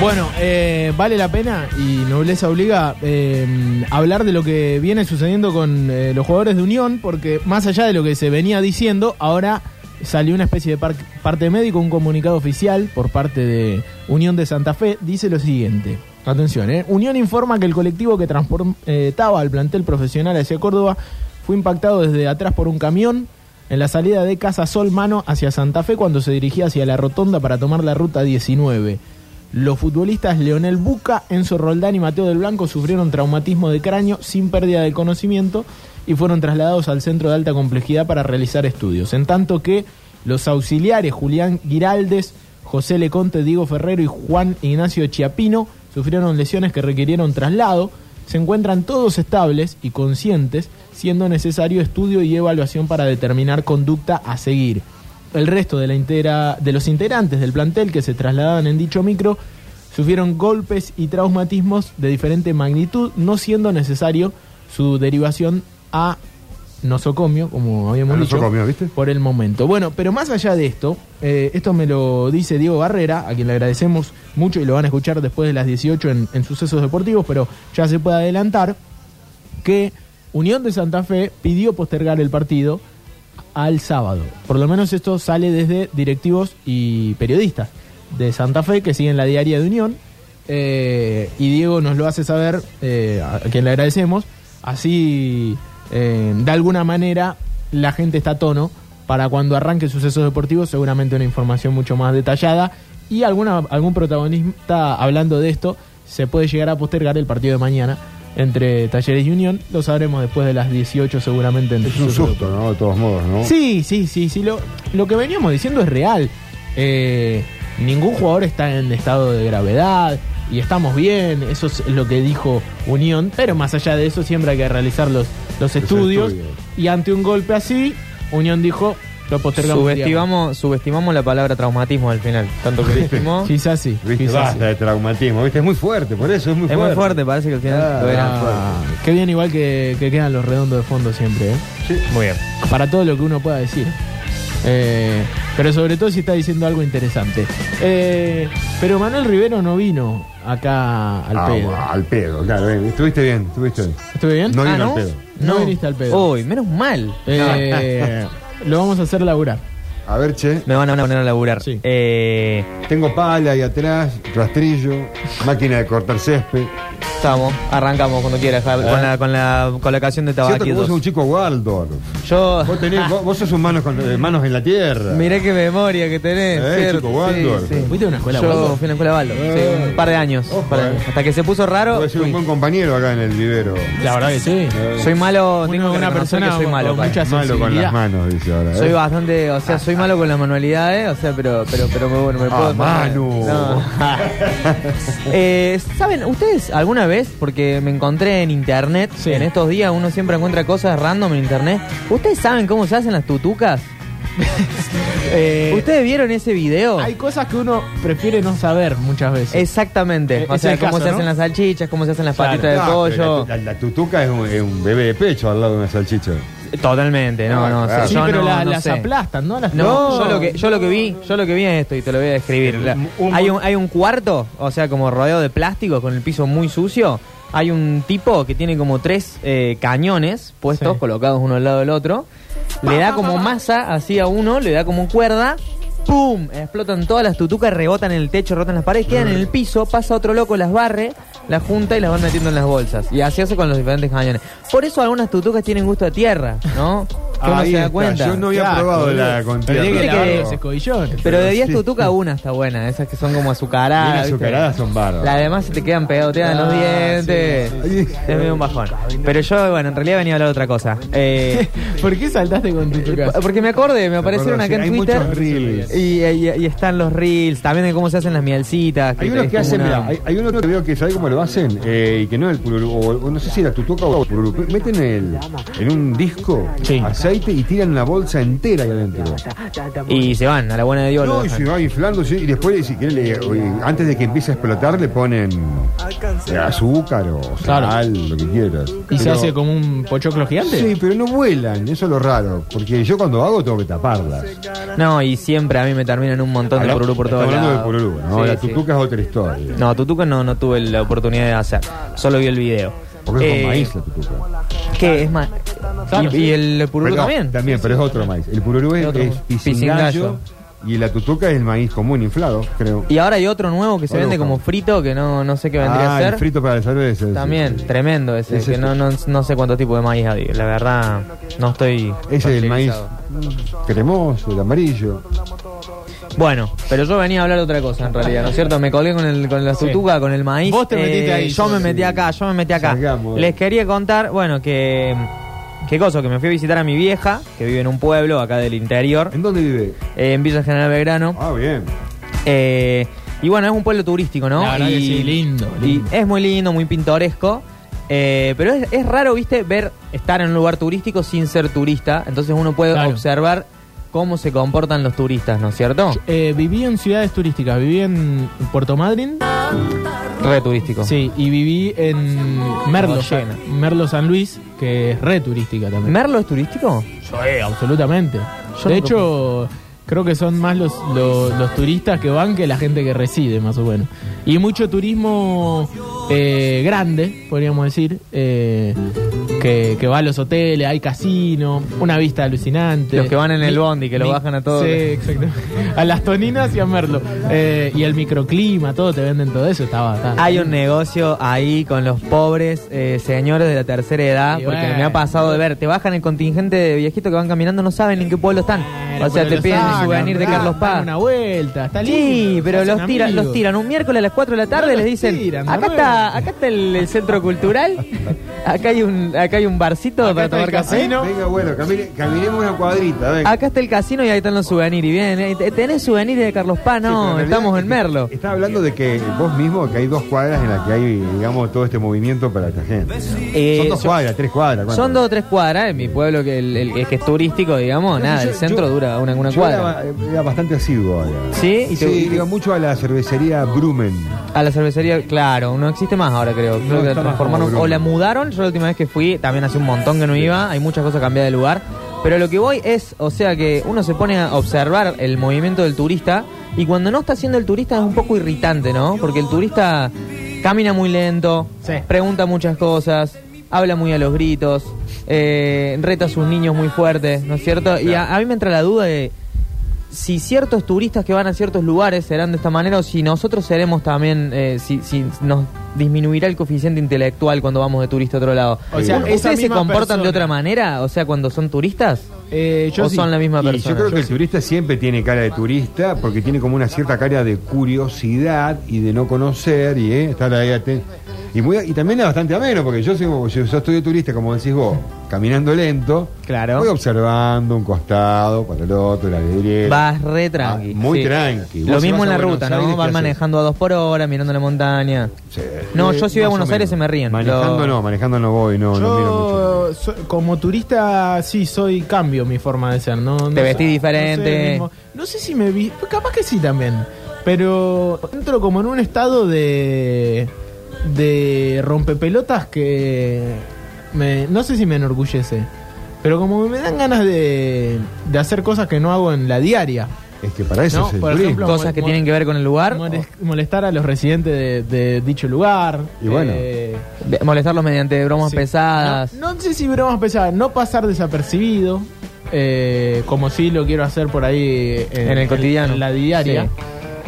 Bueno, eh, vale la pena y nobleza obliga eh, hablar de lo que viene sucediendo con eh, los jugadores de Unión, porque más allá de lo que se venía diciendo, ahora salió una especie de par- parte médico, un comunicado oficial por parte de Unión de Santa Fe, dice lo siguiente. Atención, eh. Unión informa que el colectivo que transportaba al plantel profesional hacia Córdoba fue impactado desde atrás por un camión en la salida de Casa Sol Mano hacia Santa Fe cuando se dirigía hacia la rotonda para tomar la ruta 19. Los futbolistas Leonel Buca, Enzo Roldán y Mateo del Blanco sufrieron traumatismo de cráneo sin pérdida de conocimiento y fueron trasladados al centro de alta complejidad para realizar estudios. En tanto que los auxiliares Julián Giraldes, José Leconte, Diego Ferrero y Juan Ignacio Chiapino sufrieron lesiones que requirieron traslado. Se encuentran todos estables y conscientes, siendo necesario estudio y evaluación para determinar conducta a seguir. El resto de, la integra- de los integrantes del plantel que se trasladaban en dicho micro sufrieron golpes y traumatismos de diferente magnitud, no siendo necesario su derivación a nosocomio, como habíamos A dicho, nosocomio, ¿viste? por el momento. Bueno, pero más allá de esto, eh, esto me lo dice Diego Barrera, a quien le agradecemos mucho y lo van a escuchar después de las 18 en, en Sucesos Deportivos, pero ya se puede adelantar que Unión de Santa Fe pidió postergar el partido al sábado. Por lo menos esto sale desde directivos y periodistas de Santa Fe que siguen la diaria de Unión. Eh, y Diego nos lo hace saber, eh, a quien le agradecemos. Así, eh, de alguna manera, la gente está a tono para cuando arranque sucesos deportivos, seguramente una información mucho más detallada. Y alguna, algún protagonista hablando de esto se puede llegar a postergar el partido de mañana entre Talleres y Unión. Lo sabremos después de las 18 seguramente. en Es un Sucesos susto, ¿no? De todos modos, ¿no? Sí, sí, sí, sí. Lo, lo que veníamos diciendo es real. Eh, ningún jugador está en estado de gravedad y estamos bien. Eso es lo que dijo Unión. Pero más allá de eso, siempre hay que realizar los, los estudios. estudios. Y ante un golpe así, Unión dijo: Lo postergamos. Subestimamos, subestimamos la palabra traumatismo al final. Tanto que dijimos. digamos. Quizás sí. ¿Viste? quizás sí. Basta de traumatismo, ¿viste? Es muy fuerte, por eso es muy Es fuerte. muy fuerte, parece que al final Ah, lo era. Ah, qué bien, igual que, que quedan los redondos de fondo siempre. ¿eh? Muy bien. para todo lo que uno pueda decir. Eh, pero sobre todo si está diciendo algo interesante. Eh, pero Manuel Rivero no vino acá al Ah, pedo. bueno, al pedo, claro. bien. Estuviste bien, estuviste bien. ¿Estuve bien? No Ah, vino ¿no? al pedo. No viniste al pedo. Uy, menos mal. Eh, lo vamos a hacer laburar. A ver, che, Me van a poner a laburar. Sí. Eh, tengo pala ahí atrás, rastrillo, máquina de cortar césped. estamos, arrancamos cuando quieras, Javi, Ah. con, la, con la colocación de Siento que vos sos un tabaquitos. chico Waldorf. Yo. Vos, tenés, vos, vos sos un manos, con- eh, manos en la tierra. Mirá qué memoria que tenés. Eh, ¿cierto? chico Waldorf. ¿Fuiste a una escuela Yo Waldorf? fui a la escuela Baldo, Eh. sí, un par de años. Ojo, un par de eh. años. Hasta que se puso raro. Puedes ser un fui. buen compañero acá en el vivero. La verdad que sí. Soy malo, Una- tengo que una reconocer persona que soy con- malo. con para- mucha Malo con sensibilidad. las manos, dice ahora. ¿eh? Soy bastante, o sea, soy malo con las manualidades, o sea, pero, pero, pero me, bueno, me Ah, puedo. Manu. No. Eh, ¿Saben, ustedes alguna vez, porque me encontré en internet, Sí. en estos días uno siempre encuentra cosas random en internet, ¿ustedes saben cómo se hacen las tutucas? Eh, ¿Ustedes vieron ese video? Hay cosas que uno prefiere no saber muchas veces. Exactamente, Eh, o ese sea, es el cómo caso, se hacen ¿no? las salchichas, cómo se hacen las Claro. patitas de Ah, pollo. pero La, la- la tutuca es un, es un bebé de pecho al lado de una salchicha. Totalmente, no, Ah, no, o sea, claro. sí, yo pero no- la- no las sé. aplastan, ¿no? Las- No, Yo, lo que, yo lo que vi, yo lo que vi es esto y te lo voy a describir. La- Un- un- hay, un, hay un cuarto, o sea, como rodeo de plástico con el piso muy sucio. Hay un tipo que tiene como tres eh, cañones puestos, Sí. colocados uno al lado del otro. Le da como masa así a uno, le da como cuerda. ¡Pum! Explotan todas las tutucas, rebotan en el techo, rebotan las paredes, quedan en el piso, pasa otro loco, las barre, las junta y las van metiendo en las bolsas. Y así hace con los diferentes cañones. Por eso algunas tutucas tienen gusto a tierra, ¿no? Que uno Ahí se da está, cuenta. Yo no había Claro, probado la boludo. con Tenés que tierra. Viste lavar que- los escobillones. Pero de Sí. 10 tutucas una está buena, esas que son como azucaradas. Bien Ah, ¿viste? azucaradas son bárbaras. Las demás se te quedan pegoteadas en los Ah, dientes. sí, sí. Es medio un bajón. Pero yo, bueno, en realidad venía a hablar de otra cosa. Eh, ¿Por qué saltaste con tu casa? porque me acordé, me aparecieron acá en Hay Twitter. Eh, muchos reels. Y, y- y están los reels, también de cómo se hacen las mielcitas. Hay tenés uno que como hacen, una- mirá, hay, hay uno que veo que sabe cómo lo hacen eh, y que no el pururú, o, o no sé si era tutuca o pururú. Meten el, en un disco, Sí. hacer aceite y tiran la bolsa entera ahí adentro. Y se van, a la buena de Dios. lo No, y dejan. se va inflando, sí, y después, si quiere, le- eh, antes de que empiece a explotar, le ponen eh, azúcar o Claro. sal, lo que quieras. ¿Y se hace como un pochoclo gigante? Sí, pero no vuelan, eso es lo raro, porque yo cuando hago tengo que taparlas. No, y siempre a mí me terminan un montón de Habla- pururú por estamos todos hablando lados. de pururú, ¿no? Sí, la sí. tutuca es otra historia. No, tutuca no, no tuve la oportunidad de hacer. Solo vi el video. Porque es Eh, con maíz la tutuca. ¿Qué? Es más. Claro, y, sí. y el pururú Pero no, también. También, pero es otro maíz. El pururú es, otro. es Pisingallo. pisingallo y la tutuca es el maíz común inflado, creo. Y ahora hay otro nuevo que se Bueno, vende como Juan. frito, que no, no sé qué vendría ah, a ser. el frito para el cerveza. ese. También, tremendo ese, Ese que es- no, no, no sé cuánto tipo de maíz hay. La verdad, no estoy. Ese es el maíz familiarizado. mm, cremoso, el amarillo. Bueno, pero yo venía a hablar de otra cosa en realidad, ¿no es cierto? Me colgué con, el, con la Sí. tutuca, con el maíz. eh, Vos te metiste ahí, Yo sí. me metí acá, yo me metí acá. Salgamos. Les quería contar, bueno, que. ¿Qué cosa? Que me fui a visitar a mi vieja, que vive en un pueblo acá del interior, ¿En dónde vive? eh, en Villa General Belgrano. Ah, bien. Eh, y bueno, es un pueblo turístico, ¿no? La verdad y, que sí, lindo, y lindo. es muy lindo, muy pintoresco. eh, pero es, es raro, viste, ver estar en un lugar turístico sin ser turista. Entonces uno puede Claro. observar cómo se comportan los turistas, ¿no es cierto? Eh, viví en ciudades turísticas, viví en Puerto Madryn, Re turístico. sí, y viví en Merlo, Goyena. San, Merlo San Luis, que es re turística también. ¿Merlo es turístico? Sí, absolutamente. Yo de no hecho, creo que son más los, los, los turistas que van que la gente que reside, más o menos. Y mucho turismo eh, grande, podríamos decir, eh, que, que va a los hoteles, hay casino, una vista alucinante. Los que van en el Mi- bondi, que lo mi- bajan a todo. Sí, exactamente. A las toninas y a Merlo. Eh, y el microclima, todo, te venden todo eso, estaba... estaba- Hay un negocio ahí con los pobres eh, señores de la tercera edad, Y porque bueno. me ha pasado de ver, te bajan el contingente de viejitos que van caminando, no saben en qué pueblo están. O sea, Pero te lo piden el sacan, souvenir de dan- Carlos dan Paz. una vuelta, está Sí, lindo, pero se los hacen tiran, los amigos. tiran. Un miércoles a las 4 de la tarde No les los dicen, tiran, acá Manuel". está, acá está el, el centro cultural, acá hay un, acá hay un barcito Acá para está el tomar café. casino. No. Venga, bueno, camine- caminemos una cuadrita. Venga. Acá está el casino y ahí están los souvenirs. Y bien, eh, tenés souvenirs de Carlos Paz, Sí, pero no, realidad estamos es en que- Merlo. Estás hablando de que vos mismo, que hay dos cuadras en las que hay, digamos, todo este movimiento para esta gente. Eh, Son dos yo- cuadras, tres cuadras. ¿cuántas? Son dos o tres cuadras, en mi pueblo que, el, el- que es turístico, digamos, No, nada, yo- el centro yo- dura una, una yo cuadra. Era, era bastante asiduo. Era. ¿Sí? Y te- sí, iba mucho a la cervecería Brumen. A la cervecería, claro, no existe más ahora creo. Creo No, que está transformaron bajado, o la Bruno. mudaron. Yo la última vez que fui, también hace un montón que no iba, hay muchas cosas cambiadas de lugar. Pero lo que voy es, o sea que uno se pone a observar el movimiento del turista y cuando no está haciendo el turista es un poco irritante, ¿no? Porque el turista camina muy lento, Sí. pregunta muchas cosas, habla muy a los gritos, eh, reta a sus niños muy fuerte, ¿no es cierto? Y a- a mí me entra la duda de si ciertos turistas que van a ciertos lugares serán de esta manera o si nosotros seremos también, eh, si, si nos disminuirá el coeficiente intelectual cuando vamos de turista a otro lado. O sea, ¿Ustedes esa se misma comportan de persona. otra manera? O sea, cuando son turistas Eh, yo o sí. son la misma Y persona. yo creo que el turista siempre tiene cara de turista porque tiene como una cierta cara de curiosidad y de no conocer y eh, estar ahí atento. Y, muy- y también es bastante ameno porque yo, soy como- yo, yo estoy de turista, como decís vos, caminando lento. Claro. Voy observando un costado para el otro, la vidriera. Vas re tranqui. Eh, Ah, muy tranqui. Lo Vos si mismo vas en a la Buenos ruta, ¿no? Aires, Van ¿qué haces? manejando a dos por hora, mirando la montaña. Sí. No, Eh, yo si voy a más Buenos o Aires se menos. me ríen. Manejando Lo- no, manejando no voy, no, no miro mucho. Yo so- como turista sí soy cambio mi forma de ser, no. no Te vestís soy- diferente. No, soy el mismo. No sé si me vi, capaz que sí también, pero entro como en un estado de de rompepelotas que me, no sé si me enorgullece, pero como me dan ganas de de hacer cosas que no hago en la diaria. Es que para eso No, es el por turismo. ejemplo, Cosas que Mo- tienen que ver con el lugar. Moles- Molestar a los residentes de, de dicho lugar. Y bueno. eh, Ve- Molestarlos mediante bromas Sí. Ah, pesadas. No, no sé si bromas pesadas, no pasar desapercibido, eh, como si lo quiero hacer por ahí eh, En el cotidiano. en la diaria. Sí.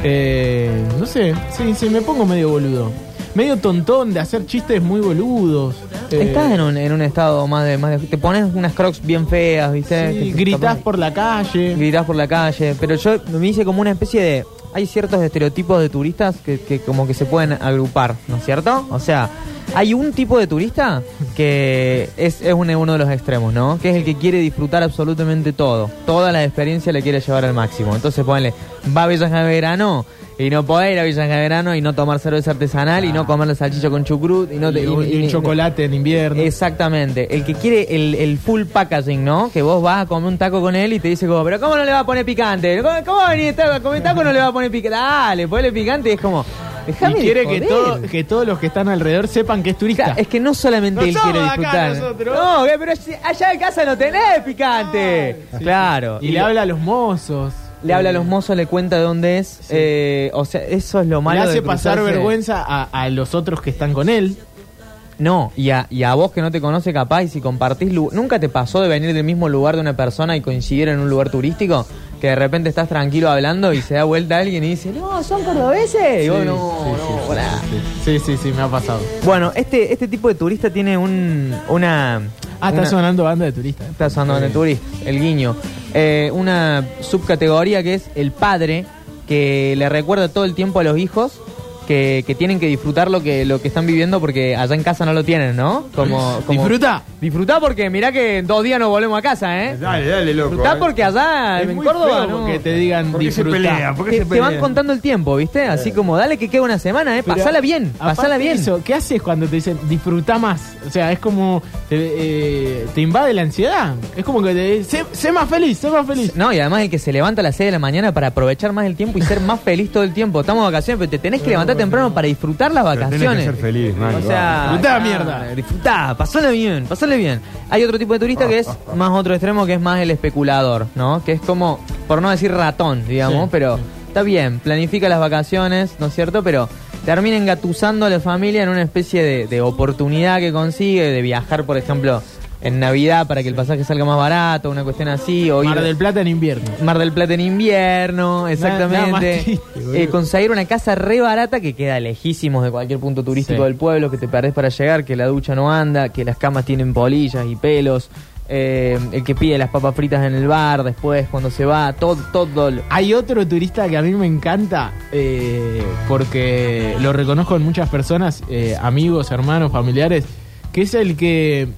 Eh, no sé, sí, sí, me pongo medio boludo. Medio tontón de hacer chistes muy boludos. eh, Estás en un, en un estado más de, más de- Te pones unas crocs bien feas, ¿viste? sí, Que te- gritás capaz- por la calle. gritás por la calle. Pero yo me hice como una especie de. Hay ciertos estereotipos de turistas que, que como que se pueden agrupar, ¿no es cierto? O sea, hay un tipo de turista que es, es un- uno de los extremos, ¿no? Que es el que quiere disfrutar absolutamente todo. Toda la experiencia la quiere llevar al máximo. Entonces, ponle, va a Bellas de Verano Y no poder ir a Villa Verano y no tomar cerveza artesanal y no comer la salchicha con chucrut y no te- Y un, y- y un y- chocolate en invierno. Exactamente. El que quiere el, el full packaging, ¿no? Que vos vas a comer un taco con él y te dice, como, pero ¿cómo no le va a poner picante? ¿Cómo, cómo va a venir este a comer taco y no le va a poner picante? Dale, ponle picante. Y es como, y déjame de quiere que, joder". todo- que todos los que están alrededor sepan que es O sea, turista. Es que no solamente No él somos quiere de acá disfrutar. nosotros. Ah, No, eh, pero si- allá en casa no tenés picante. Claro. y le habla a los mozos. Le habla a los mozos, le cuenta de dónde es. eh, o sea, eso es lo malo. Le de hace pasar cruzarse. vergüenza a, a los otros que están con él. No, y a, y a vos que no te conoce capaz, y si compartís... lu- ¿Nunca te pasó de venir del mismo lugar de una persona y coincidir en un lugar turístico? Que de repente estás tranquilo hablando y se da vuelta alguien y dice, no, son cordobeses. Y vos, Sí, no, sí, no, sí, sí, hola". Sí, sí, sí, me ha pasado. Bueno, este, este tipo de turista tiene un, una... Ah, una- está sonando banda de eh. turistas. Está usando en el turista, el guiño. Eh, una subcategoría que es el padre, que le recuerda todo el tiempo a los hijos que, que tienen que disfrutar lo que, lo que están viviendo porque allá en casa no lo tienen, ¿no? Como, como- Disfruta. Disfrutá porque mirá que en dos días nos volvemos a casa, ¿eh? Dale, dale, loco. Disfrutá eh. porque allá Es Ah, en muy Córdoba feo no- que te digan ¿Por qué se disfruta. pelean? Ah, ¿Por qué te, se te pelean? van contando el tiempo, ¿viste? Así como, dale que queda una semana, ¿eh? Eh. Pero, Pasala bien, aparte pasala bien. eso, ¿Qué haces cuando te dicen disfruta más? O sea, es como te, eh, te invade la ansiedad. Es como que te sé, sé más feliz, sé más feliz. No, y además el que se levanta a las 6 de la mañana para aprovechar más el tiempo y ser más feliz todo el tiempo. Estamos de vacaciones, pero te tenés que levantar temprano para disfrutar las Pero tenés que vacaciones. ser feliz, man, O sea, Disfrutá, claro, mierda. Disfrutá, pasale bien, pasale bien. Hay otro tipo de turista que es más otro extremo, que es más el especulador, ¿no? Que es como, por no decir ratón, digamos, Sí, pero está bien, planifica las vacaciones, ¿no es cierto? Pero termina engatusando a la familia en una especie de, de oportunidad que consigue de viajar, por ejemplo, en Navidad para que el pasaje salga más barato, una cuestión así, o Mar ir- del Plata en invierno. Mar del Plata en nada invierno, más exactamente. triste, boludo. Eh, conseguir una casa re barata que queda lejísimos de cualquier punto turístico Sí. del pueblo, que te perdés para llegar, que la ducha no anda, que las camas tienen polillas y pelos, eh, el que pide las papas fritas en el bar después cuando se va, todo, todo. lo- Hay otro turista que a mí me encanta eh, porque lo reconozco en muchas personas, eh, amigos, hermanos, familiares, que es el que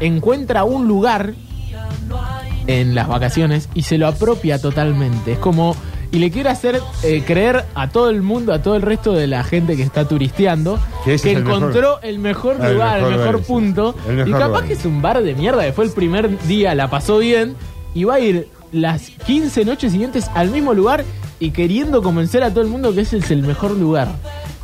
encuentra un lugar en las vacaciones y se lo apropia totalmente. Es como. Y le quiere hacer eh, creer a todo el mundo, a todo el resto de la gente que está turisteando, Que que, ese es el Ah, encontró el mejor El lugar, el mejor mejor, lugar, sí, sí. punto. El mejor y capaz lugar. que es un bar de mierda que fue el primer día, la pasó bien, y va a ir las 15 noches siguientes al mismo lugar y queriendo convencer a todo el mundo que ese es el mejor lugar.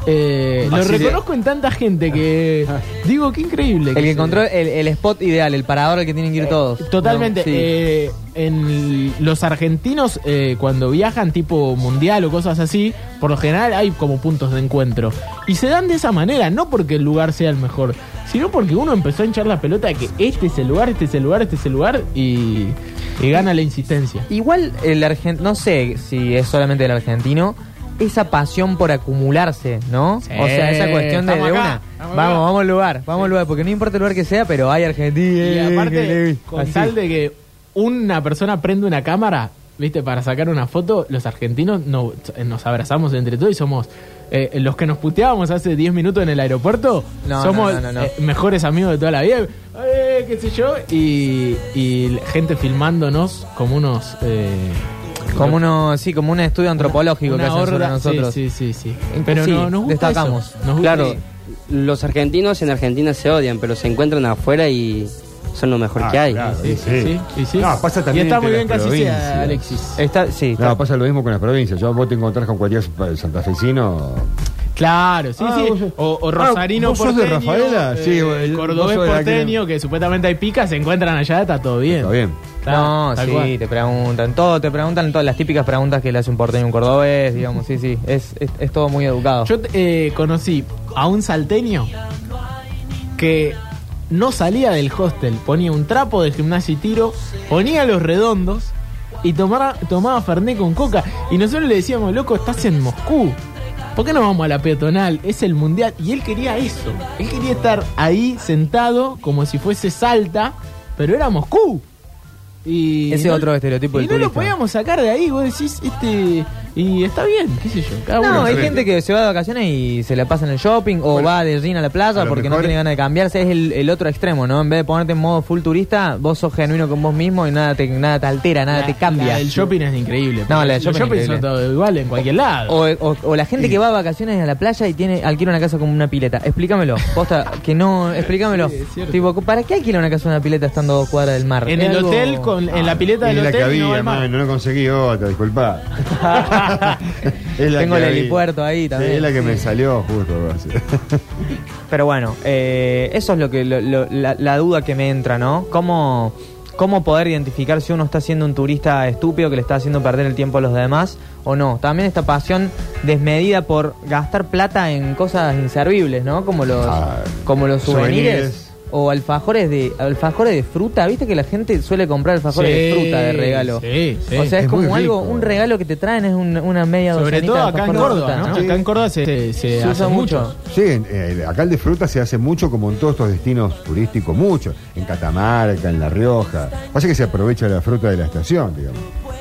Eh, lo Así de- reconozco en tanta gente que digo, qué increíble. El que se- encontró el, el spot ideal, el parador al que tienen que ir todos. Eh, Totalmente. No, sí. eh, en los argentinos, eh, cuando viajan tipo mundial o cosas así, por lo general hay como puntos de encuentro. Y se dan de esa manera, no porque el lugar sea el mejor, sino porque uno empezó a hinchar la pelota de que este es el lugar, este es el lugar, este es el lugar, y, y gana la insistencia. Igual el argentino, no sé si es solamente el argentino, esa pasión por acumularse, ¿no? Sí, o sea, esa cuestión de, de estamos acá, una. estamos Vamos, acá. vamos al lugar, vamos al lugar, porque no importa el lugar que sea, pero hay argentinos. Y aparte, eh, con así. tal de que una persona prende una cámara, ¿viste? Para sacar una foto, los argentinos no- nos abrazamos entre todos y somos. eh, los que nos puteábamos hace 10 minutos en el aeropuerto, No, somos no, no, no, no. eh, mejores amigos de toda la vida. Eh, qué sé yo. Y, y gente filmándonos como unos. eh, Como uno, sí, como un estudio antropológico una que hacen sobre horda- nosotros. Sí, sí, sí. sí. Pero Sí, no, nos gusta destacamos. eso, nos gusta Claro, eso. los argentinos en Argentina se odian, pero se encuentran afuera y son lo mejor Ah, que hay. claro. Sí, sí, sí, sí, sí. No, pasa también y está entre muy bien que las así sea, provincias. Alexis. Está, sí, está- No, pasa lo mismo con las provincias. Yo, vos te encontrás con cualquier pa- santafesino. Claro, sí, Ah, sí. vos sos- O, o Ah, Rosarino ¿vos sos de porteño, Rafaela? eh, Sí, el- cordobés vos sos de la que- porteño, que supuestamente hay pica, se encuentran allá, está todo bien. Está bien. Está- No, tal sí, cual. te preguntan todo, te preguntan todas las típicas preguntas que le hace un porteño a un cordobés, digamos, sí, sí, es, es, es todo muy educado. Yo eh, conocí a un salteño que no salía del hostel, ponía un trapo de gimnasia y tiro, ponía los redondos y tomara- tomaba Fernet con coca. Y nosotros le decíamos, loco, estás en Moscú. ¿Por qué no vamos a la peatonal? Es el mundial. Y él quería eso. Él quería estar ahí sentado como si fuese Salta, pero era Moscú. Y Ese otro estereotipo Y del no lo turista. podíamos sacar de ahí. Vos decís, este. Y está bien, qué sé yo. Cada No, uno. hay Excelente. gente que se va de vacaciones y se la pasa en el shopping o Bueno, va de jean a la playa a lo porque no mejor- tiene ganas de cambiarse. Es el, el otro extremo, ¿no? En vez de ponerte en modo full turista, vos sos genuino con vos mismo y nada te, nada te altera, nada La- te cambia. la del shopping es increíble. No, la del Los shopping es shoppings son increíble. todo igual en cualquier lado. O, o- o la gente que va de vacaciones a la playa y tiene alquila una casa como una pileta. Explícamelo. Posta, que no, explícamelo. Sí, es cierto. tipo, ¿para qué alquila una casa una pileta estando a dos cuadras del mar? en Es el algo- hotel, con, en Ah, la pileta Es del la hotel. que no va había, al mar. mano, no conseguí otra, disculpa. Tengo el helipuerto ahí también. es la que me salió justo. Pero bueno, eh, eso es lo que lo- lo- la, la duda que me entra, ¿no? ¿Cómo, ¿Cómo poder identificar si uno está siendo un turista estúpido que le está haciendo perder el tiempo a los demás o no? También esta pasión desmedida por gastar plata en cosas inservibles, ¿no? Como los, Ah, como los souvenirs. souvenirs. O alfajores de alfajores de fruta, viste que la gente suele comprar alfajores de Sí, fruta de regalo. sí, sí. O sea, es, Es muy como algo, rico. un regalo que te traen es un- una media Sobre docenita todo de acá en alfajores de Córdoba, fruta, ¿no? ¿no? Acá en Córdoba se, se, se Se hace usa mucho. Sí, en- eh, acá el de fruta se hace mucho como en todos estos destinos turísticos, mucho. En Catamarca, en La Rioja. Pasa que se aprovecha la fruta de la estación, digamos.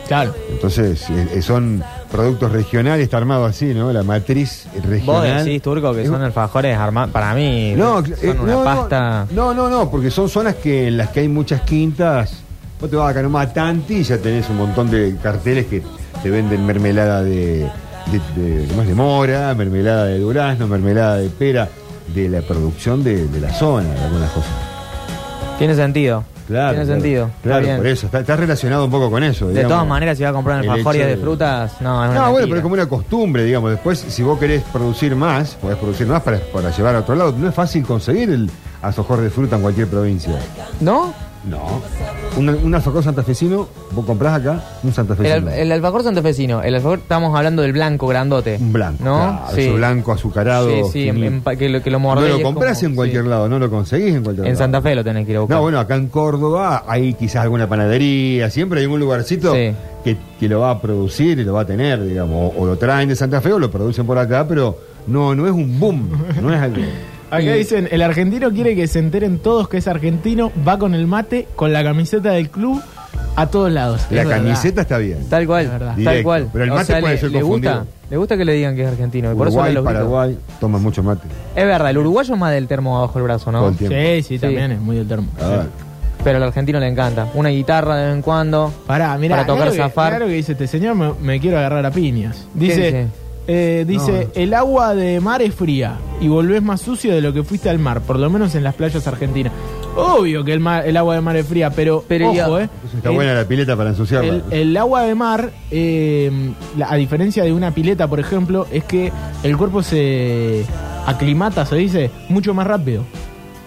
Claro. Entonces, eh, eh, son productos regionales, está armado así, ¿no? La matriz Vos regional. decís, Turco, que Es- son alfajores armados. Para mí, No, son eh, una no, no, pasta. No, no, no, porque son zonas que en las que hay muchas quintas. Vos te vas acá nomás a Tanti y ya tenés un montón de carteles que te venden mermelada de, de, de- ¿cómo es? de mora, mermelada de durazno, mermelada de pera, de la producción de, de la zona, de algunas cosas. Tiene sentido. Claro. Tiene claro, sentido. está Claro, bien. por eso. Está, está relacionado un poco con eso. De digamos. todas maneras, si vas a comprar El alfajores hecho de de- frutas, no, es una No, bueno, mentira. pero es como una costumbre, digamos. Después, si vos querés producir más, podés producir más para, para llevar a otro lado. No es fácil conseguir el azojor de fruta en cualquier provincia. ¿No? No. Un, un alfajor santafesino, vos comprás acá un El, santafesino. al- el alfajor santafesino. El alfajor, estamos hablando del blanco grandote. un blanco. ¿No? claro, ese blanco azucarado. Sí, sí, en- finito. en pa- que, lo, que lo no mordés y lo es comprás como- en cualquier sí. lado, no lo conseguís en cualquier En lado. Santa Fe lo tenés que ir a buscar. No, bueno, acá en Córdoba hay quizás alguna panadería, siempre hay algún lugarcito Sí. que, que lo va a producir y lo va a tener, digamos. O, o lo traen de Santa Fe o lo producen por acá, pero no, no es un boom, no es algo. Acá dicen, el argentino quiere que se enteren todos que es argentino, va con el mate, con la camiseta del club, a todos lados. La Es verdad. camiseta está bien. Tal La verdad. cual, tal Directo, cual. pero el mate sea, puede le, ser le gusta, confundido. le gusta que le digan que es argentino. y por eso Uruguay, habla los gritos. Paraguay, toman mucho mate. Es verdad, el uruguayo es más del termo abajo el brazo, ¿no? Todo el tiempo. Sí, sí, también es muy del termo. A ver. Pero al argentino le encanta. Una guitarra de vez en cuando. Pará, mirá, Para mirá tocar lo que- zafar. mirá lo que dice este señor, me, me quiero agarrar a piñas. dice? Dice, eh, dice, No. el agua de mar es fría y volvés más sucio de lo que fuiste al mar, por lo menos en las playas argentinas. Obvio que el, mar- el agua de mar es fría, pero, Pero y ojo, a- eh. Está el- buena la pileta para ensuciarla. El, el agua de mar, eh, la- a diferencia de una pileta, por ejemplo, es que el cuerpo se aclimata, se dice, mucho más rápido.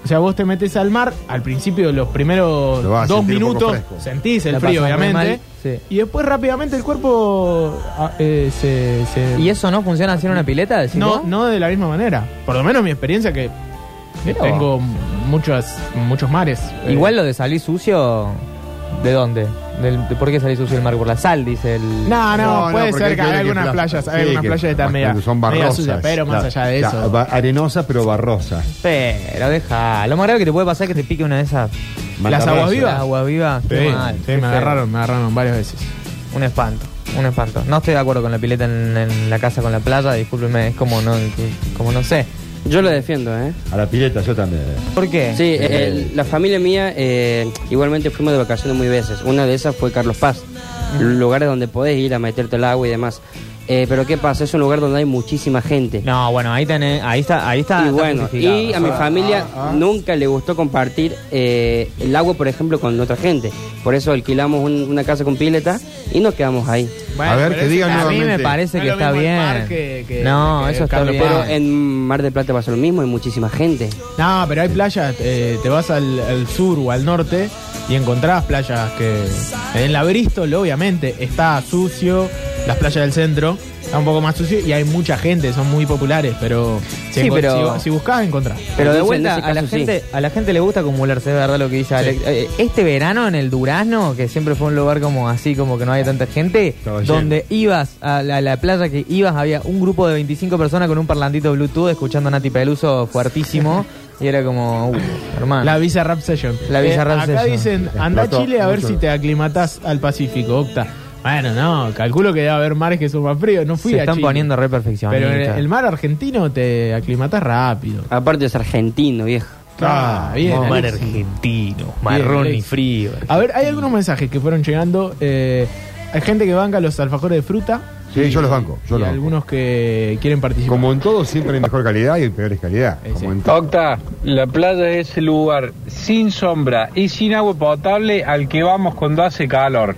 O sea, vos te metes al mar, al principio los primeros Lo vas a dos sentir un poco minutos fresco. sentís el La frío, pasás re obviamente, mal, sí. y después rápidamente el cuerpo ah, eh, se, se- ¿Y eso no funciona así en una pileta? decís no, vos? no de la misma manera. Por lo menos mi experiencia que Mirá vos. tengo muchas, muchos mares. eh, Igual lo de salir sucio, ¿de dónde? Del- de- ¿Por qué salir sucio el mar? Por la sal, dice el... Ah, No, no, puede porque ser que hay hay ver algunas qué playas, hay sí, algunas que- playas que están media, Son media barrosas. sucias, pero más claro. allá de Ya, eso. va- Arenosas, pero barrosas. Pero deja, lo más grave que te puede pasar es que te pique una de esas ¿Las Mantarrayas. aguas vivas? agua viva. Sí, sí, me agarraron, me agarraron varias veces. Un espanto, un espanto. No estoy de acuerdo con la pileta en, en la casa con la playa, discúlpeme, es como no, como no sé. Yo lo defiendo, ¿eh? A la pileta yo también. ¿Por qué? Sí, eh, el- la familia mía, eh, igualmente fuimos de vacaciones muy veces. Una de esas fue Carlos Paz. Lugares donde podés ir a meterte al agua y demás. Eh, pero ¿qué pasa? Es un lugar donde hay muchísima gente. No, bueno, ahí tenés, ahí está, ahí está. y está bueno, justificado. y a mi familia nunca le gustó compartir eh, el agua, por ejemplo, con otra gente. Por eso alquilamos un- una casa con pileta y nos quedamos ahí. a ver, pero que eso digan es la A mí nuevamente. me parece No que es lo está mismo el mar bien. que- que- no, que eso está Carlos bien. Paz. Pero eh, en Mar del Plata pasa lo mismo, hay muchísima gente. No, pero hay playas, eh, te vas al, al sur o al norte y encontrás playas que... En la Bristol, obviamente, está sucio, las playas del centro está un poco más sucio y hay mucha gente, son muy populares, pero si, Sí, encon- pero- si, si buscás, encontrás. Pero de Entonces, vuelta, en ese a la, caso, gente, a la gente le gusta acumularse, es verdad lo que dice Alex. Eh, Este verano en el Durazno, que siempre fue un lugar como así, como que no había tanta gente, Estaba lleno. donde ibas a la, la playa que ibas, había un grupo de 25 personas con un parlantito Bluetooth escuchando a Nati Peluso fuertísimo. y era como, uh, hermano. La Visa Rap Session. Eh, La Visa Rap acá Session. dicen, anda a Explotó Chile a ver mucho. si te aclimatás al Pacífico, Octa. Bueno, no, calculo que debe haber mares que son más fríos. No fui Se a están Chile. poniendo re perfeccionistas. Pero el, el mar argentino te aclimatás rápido. Aparte es argentino, viejo. Ah, bien. Vamos, mar Alexis. argentino, marrón y Alexis. frío. A ver, hay algunos mensajes que fueron llegando. Eh, hay gente que banca los alfajores de fruta. Sí, yo los banco, yo y los banco. algunos que quieren participar. Como en todo, siempre hay mejor calidad y hay peores calidad. Eh, sí. Como en todo. Octa, la playa es el lugar sin sombra y sin agua potable al que vamos cuando hace calor.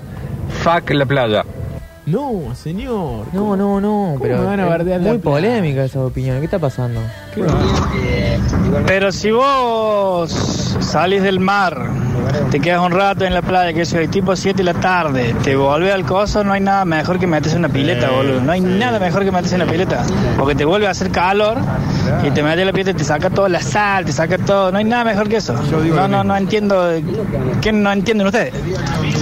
Fuck la playa. No, señor. No, no, no. ¿Cómo Pero me van a es bardear la muy plata? polémica esa opinión. ¿Qué está pasando? Qué va. Pero si vos salís del mar, te quedas un rato en la playa, que soy tipo 7 de la tarde, te volvés al coso, no hay nada mejor que meterse en una pileta, boludo. No hay nada mejor que meterse en una pileta. Porque te vuelve a hacer calor y te metes en la pileta y te saca toda la sal, te saca todo. No hay nada mejor que eso. Yo digo No, lo no, mismo. no entiendo. ¿Qué no entienden ustedes?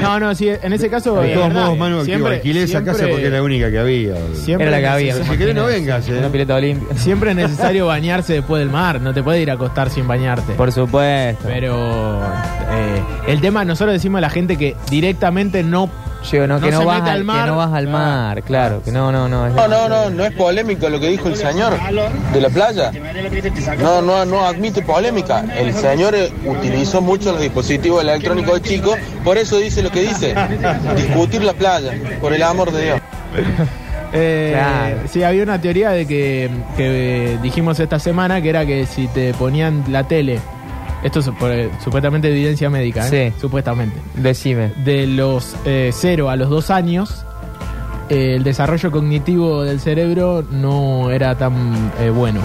No, no, sí, en ese caso. De es todos verdad, modos, Manu, siempre- alquilé esa casa siempre- porque era la única que había. Siempre Era la que es había. neces- Si querés, no vengas, eh. Una pileta olimpia. Siempre es necesario bañarse después del mar. No te puedes ir a acostar sin bañarte. Por supuesto. Pero eh, el tema, nosotros decimos a la gente que directamente no. Yo, no, que, No no se vas meta al al, que mar. Ah. no vas al mar, claro. Que no, no, no. es- No, no, no, no es polémico lo que dijo el señor de la playa. No, no, no admite polémica. El señor eh, utilizó mucho los dispositivos electrónicos de chico, por eso dice lo que dice. Discutir la playa, por el amor de Dios. Eh, Claro. Sí, había una teoría de que, que, eh, dijimos esta semana que era que si te ponían la tele, esto es por, eh, supuestamente evidencia médica, ¿eh? Sí. supuestamente, Decime. de los 0 a los 2 años, eh, el desarrollo cognitivo del cerebro no era tan eh, bueno.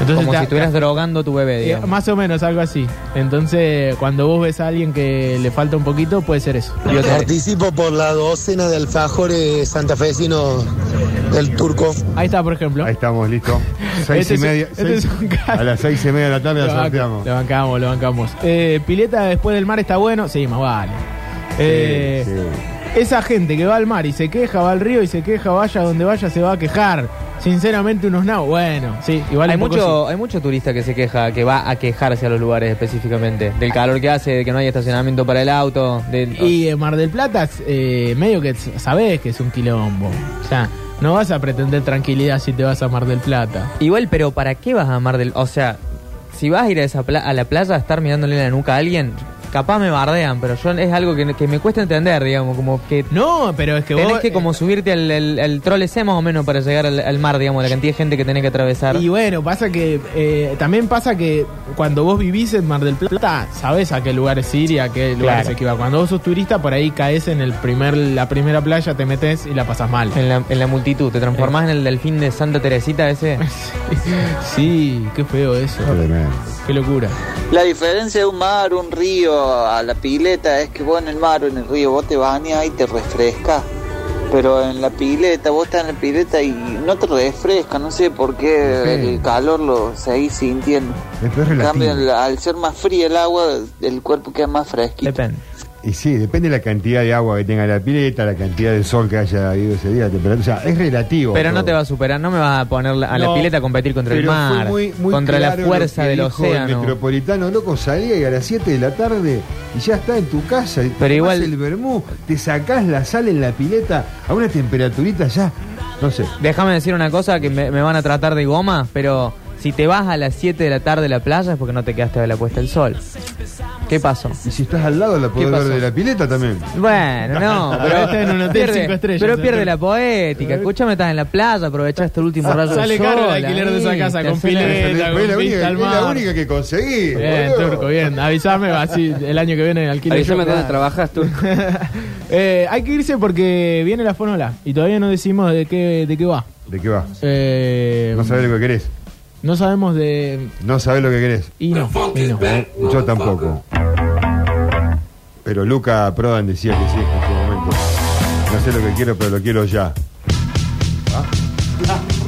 Entonces Como te- si estuvieras drogando a tu bebé, Eh, digamos. más o menos, algo así. Entonces, cuando vos ves a alguien que le falta un poquito, puede ser eso. Yo te- Participo por la docena de alfajores santafesinos del turco. Ahí está, por ejemplo. Ahí estamos, listo. Seis Este y es- media. este es seis- un caso. a las seis y media de la tarde Lo, la banca- sorteamos. lo bancamos, lo bancamos. Eh, pileta después del mar está bueno. Sí, más vale. Eh, Esa gente que va al mar y se queja, va al río y se queja, vaya donde vaya, se va a quejar. Sinceramente, unos no. Bueno, sí, igual hay un poco mucho, hay mucho turista que se queja, que va a quejarse a los lugares específicamente. Del calor que hace, de que no hay estacionamiento para el auto. del- sí. Y en Mar del Plata, eh, medio que s- sabés que es un quilombo. O sea, no vas a pretender tranquilidad si te vas a Mar del Plata. Igual, pero ¿para qué vas a Mar del... O sea, si vas a ir a, esa pla- a la playa a estar mirándole la nuca a alguien, capaz me bardean, pero yo es algo que, que me cuesta entender, digamos, como que... No, pero es que tenés vos. que eh, como subirte al, al, al trole C más o menos para llegar al, al mar, digamos, la cantidad de gente que tenés que atravesar. Y bueno, pasa que eh, también pasa que cuando vos vivís en Mar del Plata, sabés a qué lugar es ir y a qué lugar Claro. se esquiva. Cuando vos sos turista, por ahí caes en el primer, la primera playa, te metes y la pasas mal. En la, en la multitud, te transformás en el delfín de Santa Teresita ese. sí, qué feo eso. Tremendo. Qué locura. La diferencia de un mar, un río, a la pileta es que vos en el mar o en el río vos te bañas y te refrescas. Pero en la pileta, vos estás en la pileta y no te refresca, no sé por qué el calor lo seguís sintiendo. Es- es En relativo. cambio, al- al ser más fría el agua, el cuerpo queda más fresquito. Depende. Y sí, depende de la cantidad de agua que tenga la pileta, la cantidad de sol que haya habido ese día, la temperatura. O sea, es relativo. Pero no todo. te va a superar, no me vas a poner la- a la No, pileta a competir contra el Pero fue mar, muy- muy contra claro la lo fuerza que del dijo El océano. metropolitano, loco, salía y a las 7 de la tarde y ya está en tu casa. y te Pero tomás igual- el vermú, te sacás la sal en la pileta a una temperaturita ya. No sé. Déjame decir una cosa que me, me van a tratar de goma, pero si te vas a las 7 de la tarde a la playa es porque no te quedaste a la puesta del sol. ¿Qué pasó? Y si estás al lado, la podés ver pasó? de la pileta también. Bueno, no, pero, Está en un hotel cinco estrellas, pero ¿no? pierde la poética. Escúchame, estás en la playa, aprovechaste el último rayo Sale del sol. caro el alquiler de esa ahí, casa te con hace la- pileta. Pero con es vista la única, al es la mar. única que conseguí. Bien, boludo. turco, bien. Avísame, así el año que viene alquilo. yo. Avísame dónde trabajas tú. Eh, hay que irse porque viene la fonola y todavía no decimos de qué, de qué va. ¿De qué va? Eh, No sabés lo que querés. no sabemos de. No sabés lo que querés. Y no, y no. Yo tampoco. Pero Luca Prodan decía que sí en su momento. No sé lo que quiero, pero lo quiero ya. ¿Ah?